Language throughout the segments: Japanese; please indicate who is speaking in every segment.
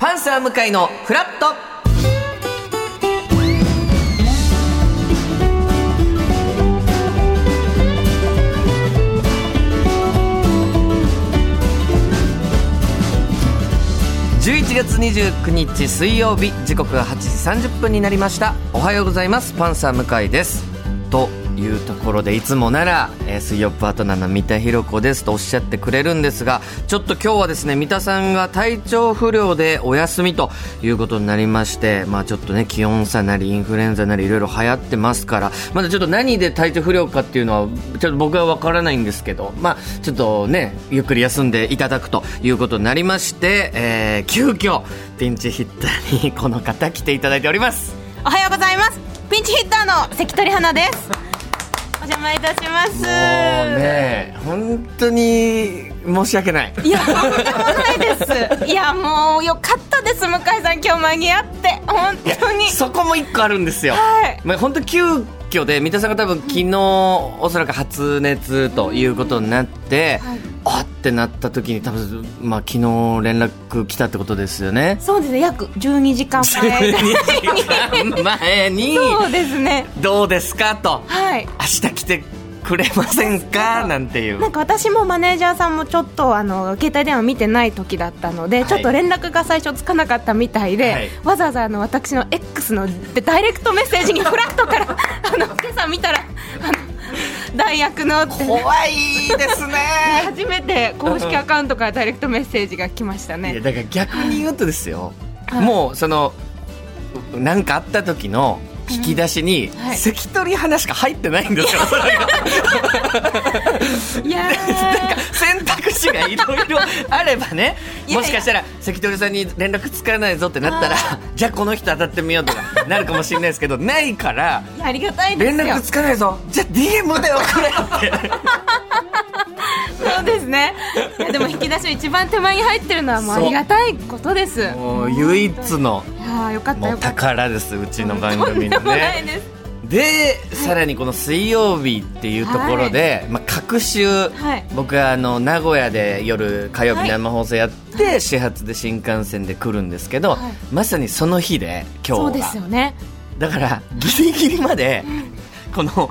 Speaker 1: 海のフラット11月29日水曜日時刻は8時30分になりましたおはようございますパンサー向井ですというところでいつもなら、えー水曜パートナーの三田寛子ですとおっしゃってくれるんですがちょっと今日はですね三田さんが体調不良でお休みということになりましてまあちょっとね気温差なりインフルエンザなりいろいろ流行ってますからまだちょっと何で体調不良かっていうのはちょっと僕は分からないんですけどまあちょっとねゆっくり休んでいただくということになりまして、えー急遽ピンチヒッターにこの方来ていただいております
Speaker 2: おはようございます。ピンチヒッターの関取花です。お邪魔いたします。
Speaker 1: もうね本当に申し訳ない
Speaker 2: いや、とんでもないです。いや、もうよかったです。向井さん、今日間に合って、本
Speaker 1: いや
Speaker 2: 当に。
Speaker 1: そこも一個あるんですよ、
Speaker 2: はい
Speaker 1: まあ、本当急遽で三田さんが多分昨日、おそらく発熱ということになって、
Speaker 2: はい
Speaker 1: あってなった時に多分、まあ、昨日連絡来たってことですよね
Speaker 2: そうですね、約12時間
Speaker 1: 12
Speaker 2: 前。
Speaker 1: 時間前に
Speaker 2: そうですね。
Speaker 1: どうですかと
Speaker 2: はい。
Speaker 1: 明日来てくれませんかなんていう
Speaker 2: なんか私もマネージャーさんもちょっとあの携帯電話見てない時だったので、
Speaker 1: い
Speaker 2: ちょっと連絡が最初つかなかったみたいで、
Speaker 1: はい
Speaker 2: わざわざあの私の X のでダイレクトメッセージにフラットから あの今朝見たらあの代役のって
Speaker 1: 怖いですね
Speaker 2: 初めて公式アカウントからダイレクトメッセージが来ました
Speaker 1: いや
Speaker 2: ね。
Speaker 1: だから逆に言うとですよ、
Speaker 2: はい
Speaker 1: もうその何かあった時の引き出しに、
Speaker 2: はい
Speaker 1: 関取花しか入ってないんですよ、それがなんか
Speaker 2: いやー
Speaker 1: 選択肢がいろいろ あればね
Speaker 2: いやいや
Speaker 1: もしかしたら関取さんに連絡つかないぞってなったらじゃあこの人当たってみようとか なるかもしれないですけどないから
Speaker 2: いやありがたいです
Speaker 1: 連
Speaker 2: よ。
Speaker 1: 絡つかないぞじゃあ DM で 送れって
Speaker 2: そうですね。いやでも引き出しの一番手前に入ってるのはもうありがたいことです。いや
Speaker 1: もう唯一の
Speaker 2: ーよかった
Speaker 1: も
Speaker 2: よ
Speaker 1: う
Speaker 2: かった。
Speaker 1: 宝ですうちの番
Speaker 2: とん
Speaker 1: 組
Speaker 2: で
Speaker 1: の
Speaker 2: もな
Speaker 1: ね
Speaker 2: い。です。
Speaker 1: で、さらにこの水曜日っていうところで、まあ、各週、
Speaker 2: はい
Speaker 1: 僕はあの名古屋で夜火曜
Speaker 2: は
Speaker 1: 日
Speaker 2: い
Speaker 1: 生放送やって、始発で新幹線で来るんですけど、
Speaker 2: はい
Speaker 1: まさにその日で
Speaker 2: そ
Speaker 1: 今
Speaker 2: う
Speaker 1: 日
Speaker 2: で
Speaker 1: が
Speaker 2: すよね。
Speaker 1: だからギリギリまでこの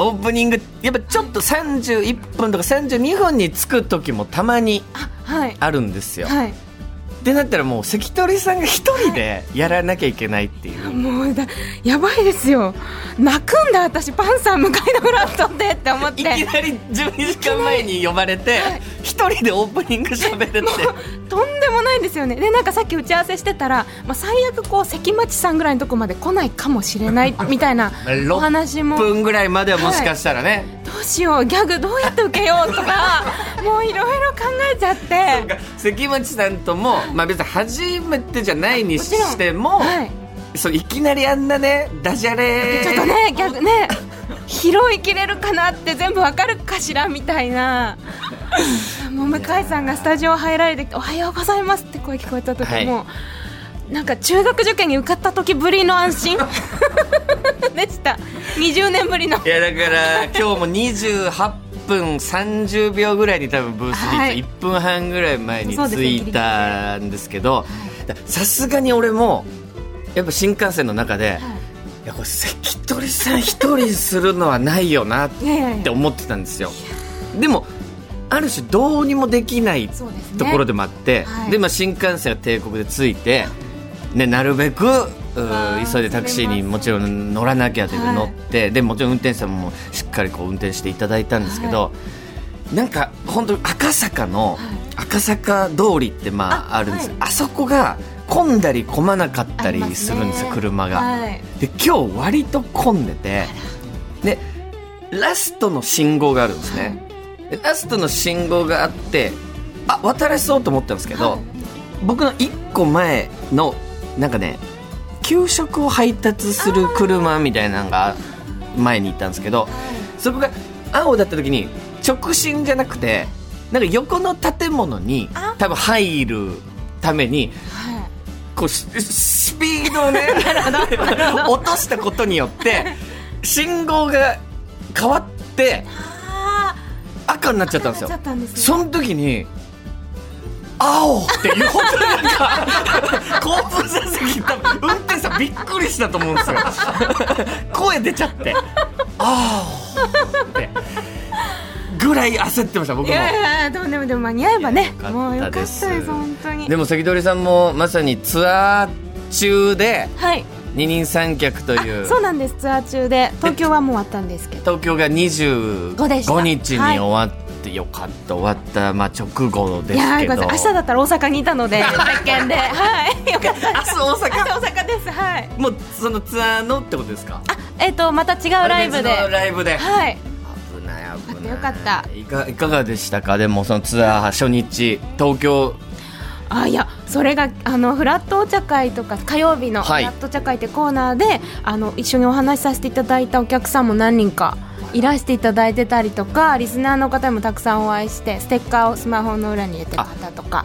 Speaker 1: オープニングやっぱちょっと31分とか32分に着く時もたまに
Speaker 2: はい。
Speaker 1: あるんですよ。
Speaker 2: はい。
Speaker 1: ってなったらもう関取さんが一人でやらなきゃいけないっていう。
Speaker 2: もうだ、やばいですよ。泣くんだ、私、パンサー向かいのフラットでって思っ
Speaker 1: いき
Speaker 2: て
Speaker 1: な。り12時間前に呼ばれて一人でオープニング喋るって
Speaker 2: とんでもないですよね。で、なんかさっき打ち合わせしてたら、まあ、最悪こう関町さんぐらいのとこまで来ないかもし れないみたいな
Speaker 1: 6
Speaker 2: お話も。ど
Speaker 1: 分ぐらいまではもしかしたらね、
Speaker 2: うしよう、ギャグどうやって受けようとか、もういろいろ考えちゃって。
Speaker 1: 関町さんとも、まあ、別に初めてじゃないに
Speaker 2: もちろん
Speaker 1: しても
Speaker 2: はい。
Speaker 1: そういきなりあんなねダジャレ
Speaker 2: ちょっとね、ギャグね。拾いきれるかなって全部わかるかしらみたいなもう向井さんがスタジオ入られてきて「おはようございます」って声聞こえた時
Speaker 1: はい
Speaker 2: も、なんか中学受験に受かった時ぶりの安 心でした20年ぶりの
Speaker 1: いやだから今日も28分30秒ぐらいに多分ブース
Speaker 2: は
Speaker 1: に
Speaker 2: い
Speaker 1: 1分半ぐらい前に
Speaker 2: そうですね
Speaker 1: 着いたんですけどださすがに俺もやっぱ新幹線の中で、いやこれ関取さん一人するのはないよなっ
Speaker 2: いやいやい
Speaker 1: て
Speaker 2: や
Speaker 1: 思ってたんですよでもある種どうにもできない
Speaker 2: そうですね
Speaker 1: ところでもあって、
Speaker 2: はい
Speaker 1: で、まあ、新幹線が帝国で着いて、ね、なるべくう
Speaker 2: あ
Speaker 1: ー
Speaker 2: ー
Speaker 1: 急いでタクシーにもちろん乗らなきゃという
Speaker 2: はい
Speaker 1: 乗って、でもちろん運転手さんもしっかりこう運転していただいたんですけど、なんか本当赤坂の、
Speaker 2: い
Speaker 1: 赤坂通りってまあ
Speaker 2: あ
Speaker 1: あるんですあ,、
Speaker 2: はい
Speaker 1: そこが混んだり混まなかった
Speaker 2: あり
Speaker 1: り
Speaker 2: ます
Speaker 1: す
Speaker 2: ね
Speaker 1: るんですよ車が。
Speaker 2: はい
Speaker 1: で今日割と混んでてでラストの信号があるんですねでラストの信号があってあ渡らそうと思ったんですけど、
Speaker 2: はい
Speaker 1: 僕の1個前のなんかね給食を配達する車みたいなのが前に行ったんですけどそこが青だった時に直進じゃなくてなんか横の建物に
Speaker 2: あ
Speaker 1: 多分入るために
Speaker 2: はい
Speaker 1: こうしスピード をね落としたことによって信号が変わって
Speaker 2: あ
Speaker 1: 赤になっちゃったん
Speaker 2: ー
Speaker 1: ですよ
Speaker 2: なっちゃったんですね
Speaker 1: その時に青っていう本当になん か後部座席多分運転手さんびっくりしたと思うんですよ声出ちゃって青ってぐらい焦ってました僕
Speaker 2: い
Speaker 1: も
Speaker 2: やいやでもでもでも間に合えばね
Speaker 1: いやよ
Speaker 2: もうよ
Speaker 1: か
Speaker 2: か
Speaker 1: っ
Speaker 2: ったた
Speaker 1: で
Speaker 2: ですす本当に
Speaker 1: でも関取さんもまさにツアー中で
Speaker 2: はい
Speaker 1: 二人三脚という
Speaker 2: そうなんですツアー中で東京はもう終わったんですけど
Speaker 1: 東京が25
Speaker 2: でした
Speaker 1: 日に
Speaker 2: はい
Speaker 1: 終わって、よかった終わった、まあ、直後で
Speaker 2: いや
Speaker 1: す
Speaker 2: ー
Speaker 1: け
Speaker 2: ごめ
Speaker 1: ど
Speaker 2: んなさい明日だったら大阪にいた ので別件ではいよかったで
Speaker 1: 明日
Speaker 2: す
Speaker 1: 大
Speaker 2: 明
Speaker 1: 阪
Speaker 2: 日大阪ですはい
Speaker 1: もうそのツアーのってことですか
Speaker 2: えっ、とまた違うライブで
Speaker 1: 別のライブで
Speaker 2: はい
Speaker 1: 危ない危ない
Speaker 2: よかったよかった
Speaker 1: いかいかがでしたかでもそのツアー初日東京
Speaker 2: あいやそれがあのフラットお茶会とか火曜日のフ
Speaker 1: はい
Speaker 2: ラットお茶会ってコーナーで、あの一緒にお話しさせていただいたお客さんも何人かいらしていただいてたりとかリスナーの方にもたくさんお会いしてステッカーをスマホの裏に入れてる方とか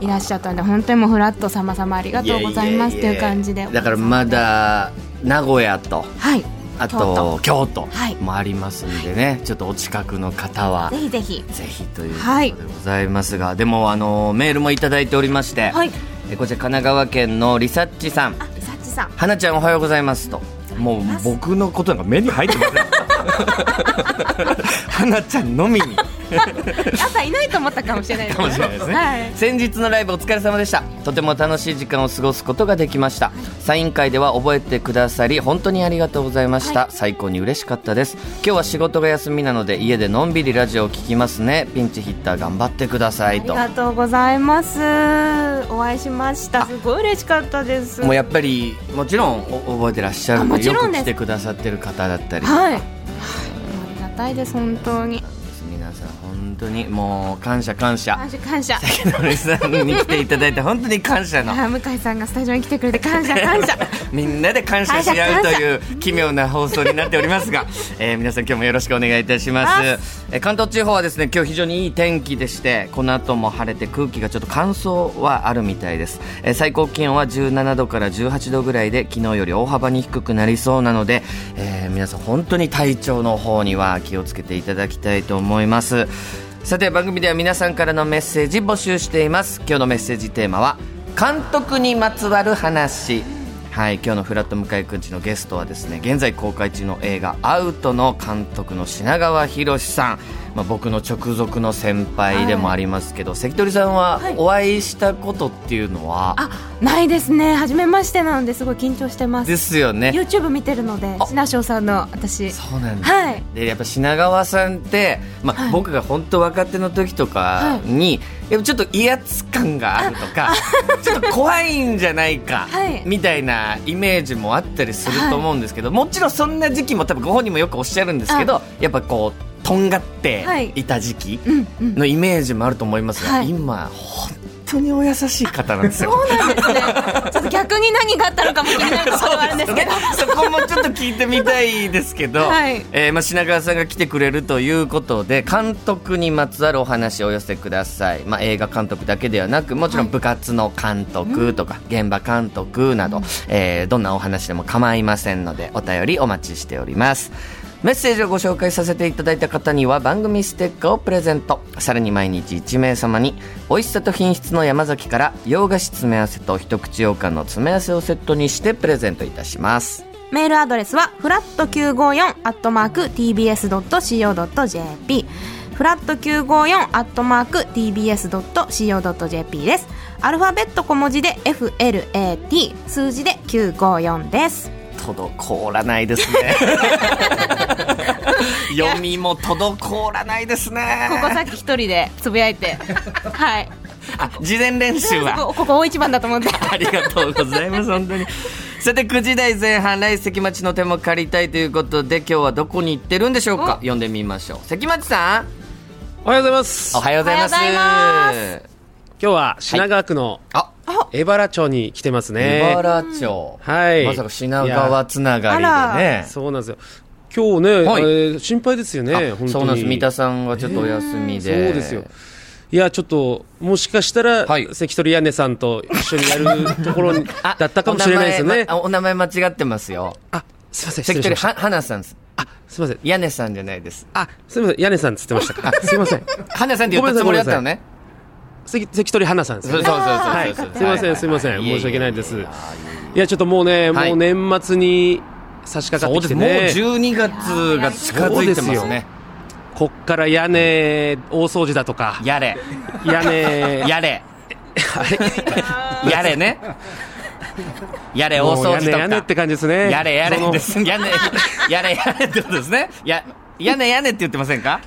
Speaker 2: いらっしゃったので本当にもうフラット様々ありがとうございますっていう感じで
Speaker 1: だからまだ名古屋と
Speaker 2: はい
Speaker 1: あ
Speaker 2: 京
Speaker 1: と
Speaker 2: 都
Speaker 1: 京都
Speaker 2: はい
Speaker 1: もありますんでね、ちょっとお近くの方は
Speaker 2: ぜひぜひ
Speaker 1: ぜひという
Speaker 2: はい
Speaker 1: ことでございますが、でもあのメールもいただいておりまして、
Speaker 2: はい
Speaker 1: えこちら神奈川県のリサッチさん
Speaker 2: あリサッチさん
Speaker 1: 花ちゃんおはようございますともう僕のことなんか目に入ってません 花ちゃんのみに
Speaker 2: 朝いないと思ったかもしれないです
Speaker 1: かもしれないですね、
Speaker 2: はい
Speaker 1: 先日のライブお疲れ様でしたとても楽しい時間を過ごすことができましたサイン会では覚えてくださり本当にありがとうございました、
Speaker 2: はい
Speaker 1: 最高に嬉しかったです今日は仕事が休みなので家でのんびりラジオを聞きますねピンチヒッター頑張ってくださいと
Speaker 2: ありがとうございますお会いしましたすごい嬉しかったです
Speaker 1: もうやっぱりもちろんお覚えてらっしゃる
Speaker 2: あもち
Speaker 1: よ
Speaker 2: ろ
Speaker 1: く
Speaker 2: んです
Speaker 1: 来てくださってる方だったり
Speaker 2: はい。ありがたいです本当に。
Speaker 1: 皆さん本当にもう感謝感謝
Speaker 2: 感謝感謝。
Speaker 1: 竹野さんに来ていただいて本当に感謝の
Speaker 2: あ向井さんがスタジオに来てくれて感謝感謝。
Speaker 1: みんなで感謝し合うという奇妙な放送になっておりますが、えー皆さん今日もよろしくお願いいたしま。
Speaker 2: ます
Speaker 1: えー関東地方はですね、今日非常にいい天気でして、この後も晴れて空気がちょっと乾燥はあるみたいです。えー最高気温は17度から18度ぐらいで、昨日より大幅に低くなりそうなので、えー皆さん本当に体調の方には気をつけていただきたいと思います。さて番組では皆さんからのメッセージ募集しています。今日のメッセージテーマは、監督にまつわる話。はい、今日の「フラット向井くんち」のゲストはですね現在公開中の映画「アウト」の監督の品川博さん、まあ、僕の直属の先輩でもありますけど、関取さんは
Speaker 2: はい
Speaker 1: お会いしたことっていうのは、
Speaker 2: あないですね初めましてなのですごい緊張してます。
Speaker 1: ですよね
Speaker 2: YouTube 見てるので
Speaker 1: あ
Speaker 2: 品翔さんの私。
Speaker 1: そうなんです、
Speaker 2: はい。
Speaker 1: でやっぱ品川さんって、まあ
Speaker 2: はい
Speaker 1: 僕が本当若手の時とかに、やっぱちょっと威圧感があるとか ちょっと怖いんじゃないか、
Speaker 2: はい
Speaker 1: みたいなイメージもあったりすると思うんですけど、もちろんそんな時期も多分ご本人もよくおっしゃるんですけどやっぱこうとんがって
Speaker 2: はい
Speaker 1: いた時期
Speaker 2: うんうん。
Speaker 1: のイメージもあると思いますが、
Speaker 2: はい
Speaker 1: 今本当にお優しい方なん ですよ。
Speaker 2: ちょっと逆に何があったのかも気になるところはあるんですけど。
Speaker 1: そこもちょっと聞いてみたいですけど、
Speaker 2: はい
Speaker 1: えーまあ、品川さんが来てくれるということで監督にまつわるお話をお寄せください、まあ、映画監督だけではなくもちろん部活の監督とか、現場監督など、えーどんなお話でも構いませんのでお便りお待ちしておりますメッセージをご紹介させていただいた方には番組ステッカーをプレゼントさらに毎日1名様に美味しさと品質の山崎から洋菓子詰め合わせと一口羊羹の詰め合わせをセットにしてプレゼントいたします
Speaker 2: メールアドレスはフラット954アットマーク tbs.co.jp フラット954アットマーク tbs.co.jp ですアルファベット小文字で FLAT 数字で954です
Speaker 1: 滞らないです ね読みも滞らないですね
Speaker 2: ここさっき一人でつぶやい てはい
Speaker 1: あ事前練習は
Speaker 2: ここここ大一番だと思って
Speaker 1: ありがとうございます本当に さて9時台前半来関町の手も借りたいということで今日はどこに行ってるんでしょう
Speaker 2: お
Speaker 1: か読んでみましょう関町さん
Speaker 3: おはようございます。
Speaker 1: お
Speaker 3: 今
Speaker 1: はようございます
Speaker 2: おはようござい
Speaker 3: 日は品川区の
Speaker 1: あ
Speaker 3: 江原町に来てますね。
Speaker 1: 江原町、
Speaker 3: はい
Speaker 1: まさか品川つながりでね
Speaker 3: そうなんですよ。今日ね、
Speaker 1: はい
Speaker 3: えー心配ですよね。
Speaker 1: あ
Speaker 3: 本当に
Speaker 1: そうなんです三田さんがちょっとお休みで
Speaker 3: そうですよ。いや、ちょっと、もしかしたら、
Speaker 1: はい
Speaker 3: 関取屋根さんと一緒にやるところに
Speaker 1: あ
Speaker 3: だったかもしれないですよね。あ、
Speaker 1: お名前,、ま、お名前間違ってますよ
Speaker 3: すいません、失
Speaker 1: 関取
Speaker 3: 礼しました。
Speaker 1: は花さんです
Speaker 3: あ、すいません。
Speaker 1: 屋根さんじゃないです
Speaker 3: あ、すいません、屋根さんっつってましたか。あすいません。
Speaker 1: 花さんって言ったつもりだったのね
Speaker 3: 関関取花さんですよね
Speaker 1: そうそうそうそう
Speaker 3: はい
Speaker 1: そうそうそう
Speaker 3: す
Speaker 1: はい
Speaker 3: いませんすいません
Speaker 1: はいはい
Speaker 3: 申し訳ないです
Speaker 1: いやいや
Speaker 3: いやちょっともうね、
Speaker 1: はい
Speaker 3: もう年末に差し掛
Speaker 1: そう
Speaker 3: かって
Speaker 1: で
Speaker 3: きて
Speaker 1: すもう
Speaker 3: ね
Speaker 1: 12月が近づいてますね
Speaker 3: こっから屋根大掃除だとか
Speaker 1: やれ
Speaker 3: 屋根
Speaker 1: やれやれねやれ大掃除と
Speaker 3: もう
Speaker 1: か
Speaker 3: 屋根屋根って感じですね
Speaker 1: やれやれ
Speaker 3: その
Speaker 1: です。 やね、やれやれってことですね。や、やねやねって言ってませんか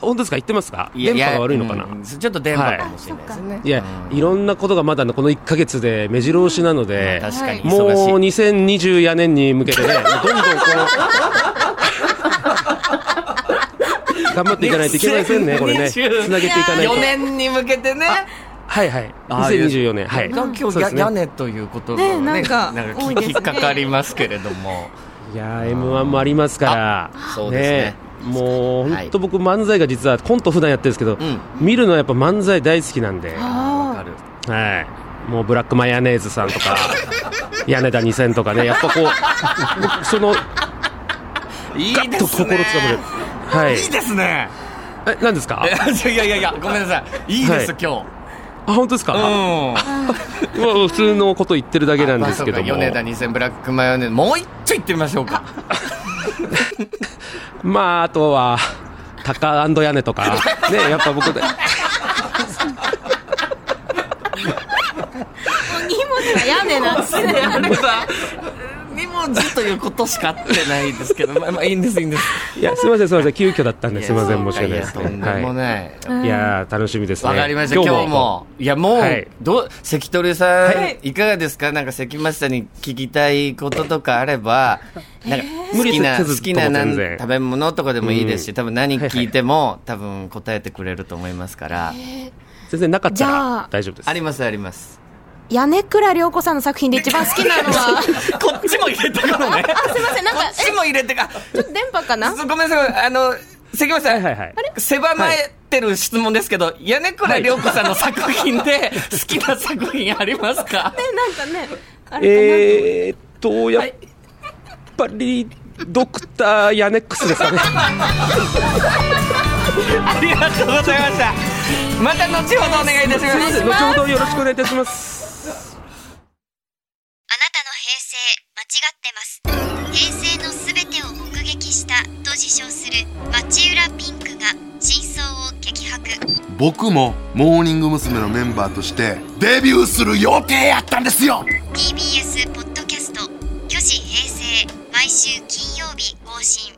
Speaker 3: 本当ですか言ってますか
Speaker 1: いや
Speaker 3: 電波が悪いのかな、
Speaker 1: やうんちょっと電波かもしれないですね。
Speaker 3: いやいろんなことがまだねこの1か月で目白押しなので、
Speaker 1: 確かに忙しい。
Speaker 3: もう2024年に向けて ね、もうどんどんこう、頑張っていかないといけませんね、これね。つ
Speaker 1: 2024
Speaker 3: なげていかないと
Speaker 1: 4。年に向けてね。
Speaker 3: はいはい。
Speaker 1: ああいう
Speaker 3: 2024年。はい。
Speaker 1: 今
Speaker 3: そう
Speaker 1: 日
Speaker 3: で
Speaker 1: や、
Speaker 3: すね
Speaker 1: 屋根ということがね、
Speaker 2: ねなんか多いです
Speaker 1: 引
Speaker 2: ね
Speaker 1: っかかりますけれども。
Speaker 3: いやー、M1 もありますから。
Speaker 1: そうですね
Speaker 3: え。もう、
Speaker 1: はい
Speaker 3: 本当僕漫才が実は、コント普段やってるんですけど、
Speaker 1: うん
Speaker 3: 見るのはやっぱ漫才大好きなんで、は
Speaker 1: わか
Speaker 2: あ
Speaker 1: る。
Speaker 3: い。もうブラックマヨネーズさん とか、米田2000とかね、やっぱこう、僕その、
Speaker 1: いい
Speaker 3: ガッ
Speaker 1: で
Speaker 3: と
Speaker 1: す
Speaker 3: 心つかま
Speaker 1: ね
Speaker 3: れる。。はい。
Speaker 1: いいですね。
Speaker 3: え、何ですか
Speaker 1: いやいやいやいや、ごめんなさい。いいです、
Speaker 3: はい
Speaker 1: 今
Speaker 3: あ、本当ですか、
Speaker 1: 日。うん。
Speaker 3: まあ、普通のこと言ってるだけなんですけども。
Speaker 1: あそうか米田2000ブラックマヨネーズ。もう一丁行ってみましょうか。
Speaker 3: まあ、あとは、タカ屋根と か、ね、やっぱ僕で、
Speaker 2: ー荷物が屋根なんですね
Speaker 1: あれさ、2文字ということしか合ってないですけど、まあ、まあいいんです、いいんです。
Speaker 3: いや、すいません、すいません、急遽だったんで、すいません、申し訳ないです
Speaker 1: やとんでも
Speaker 3: ね。
Speaker 1: ない。
Speaker 3: はい。いやー、楽しみですね。
Speaker 1: わかりました、今日も。いや、もう、
Speaker 3: はい
Speaker 1: どう、関取さん、
Speaker 3: はい
Speaker 1: い、かがですかなんか関町さんに聞きたいこととかあれば、なんか、好
Speaker 3: 無理
Speaker 1: きな、
Speaker 3: せず
Speaker 1: 好きなな
Speaker 3: とも
Speaker 1: ん
Speaker 3: 全然
Speaker 1: 食べ物とかでもいいですし、
Speaker 3: うん
Speaker 1: 多分何聞いても、多分答えてくれると思いますから、
Speaker 3: 全然なかった
Speaker 2: じゃ
Speaker 3: ら
Speaker 2: あ
Speaker 3: 大丈夫です。
Speaker 1: あります、あります。
Speaker 2: 屋根倉涼子さんの作品で一番好きなのは
Speaker 1: こっちも入れてくのね。
Speaker 2: すいませんなん
Speaker 1: こ
Speaker 2: か
Speaker 1: っちも入れてか。
Speaker 2: えちょっと電波かな
Speaker 1: ごめんなさい、あの、関町さ
Speaker 3: は
Speaker 1: ん
Speaker 3: い、はいはい。
Speaker 1: 狭まってる質問ですけど、屋根倉涼子さんの作品で好きな作品ありますか
Speaker 2: えなんかねあれ
Speaker 3: えーっと、やっぱり、ドクターヤネックスですかね。
Speaker 1: ありがとうございました。また後ほどお願いいたします。
Speaker 3: 後ほどよろしくお願いいたします。
Speaker 4: あなたの平成間違ってます平成のすべてを目撃したと自称する町浦ピンクが真相を激白
Speaker 5: 僕もモーニング娘。のメンバーとしてデビューする予定やったんですよ
Speaker 4: TBS ポッドキャスト「巨子平成」毎週金曜日更新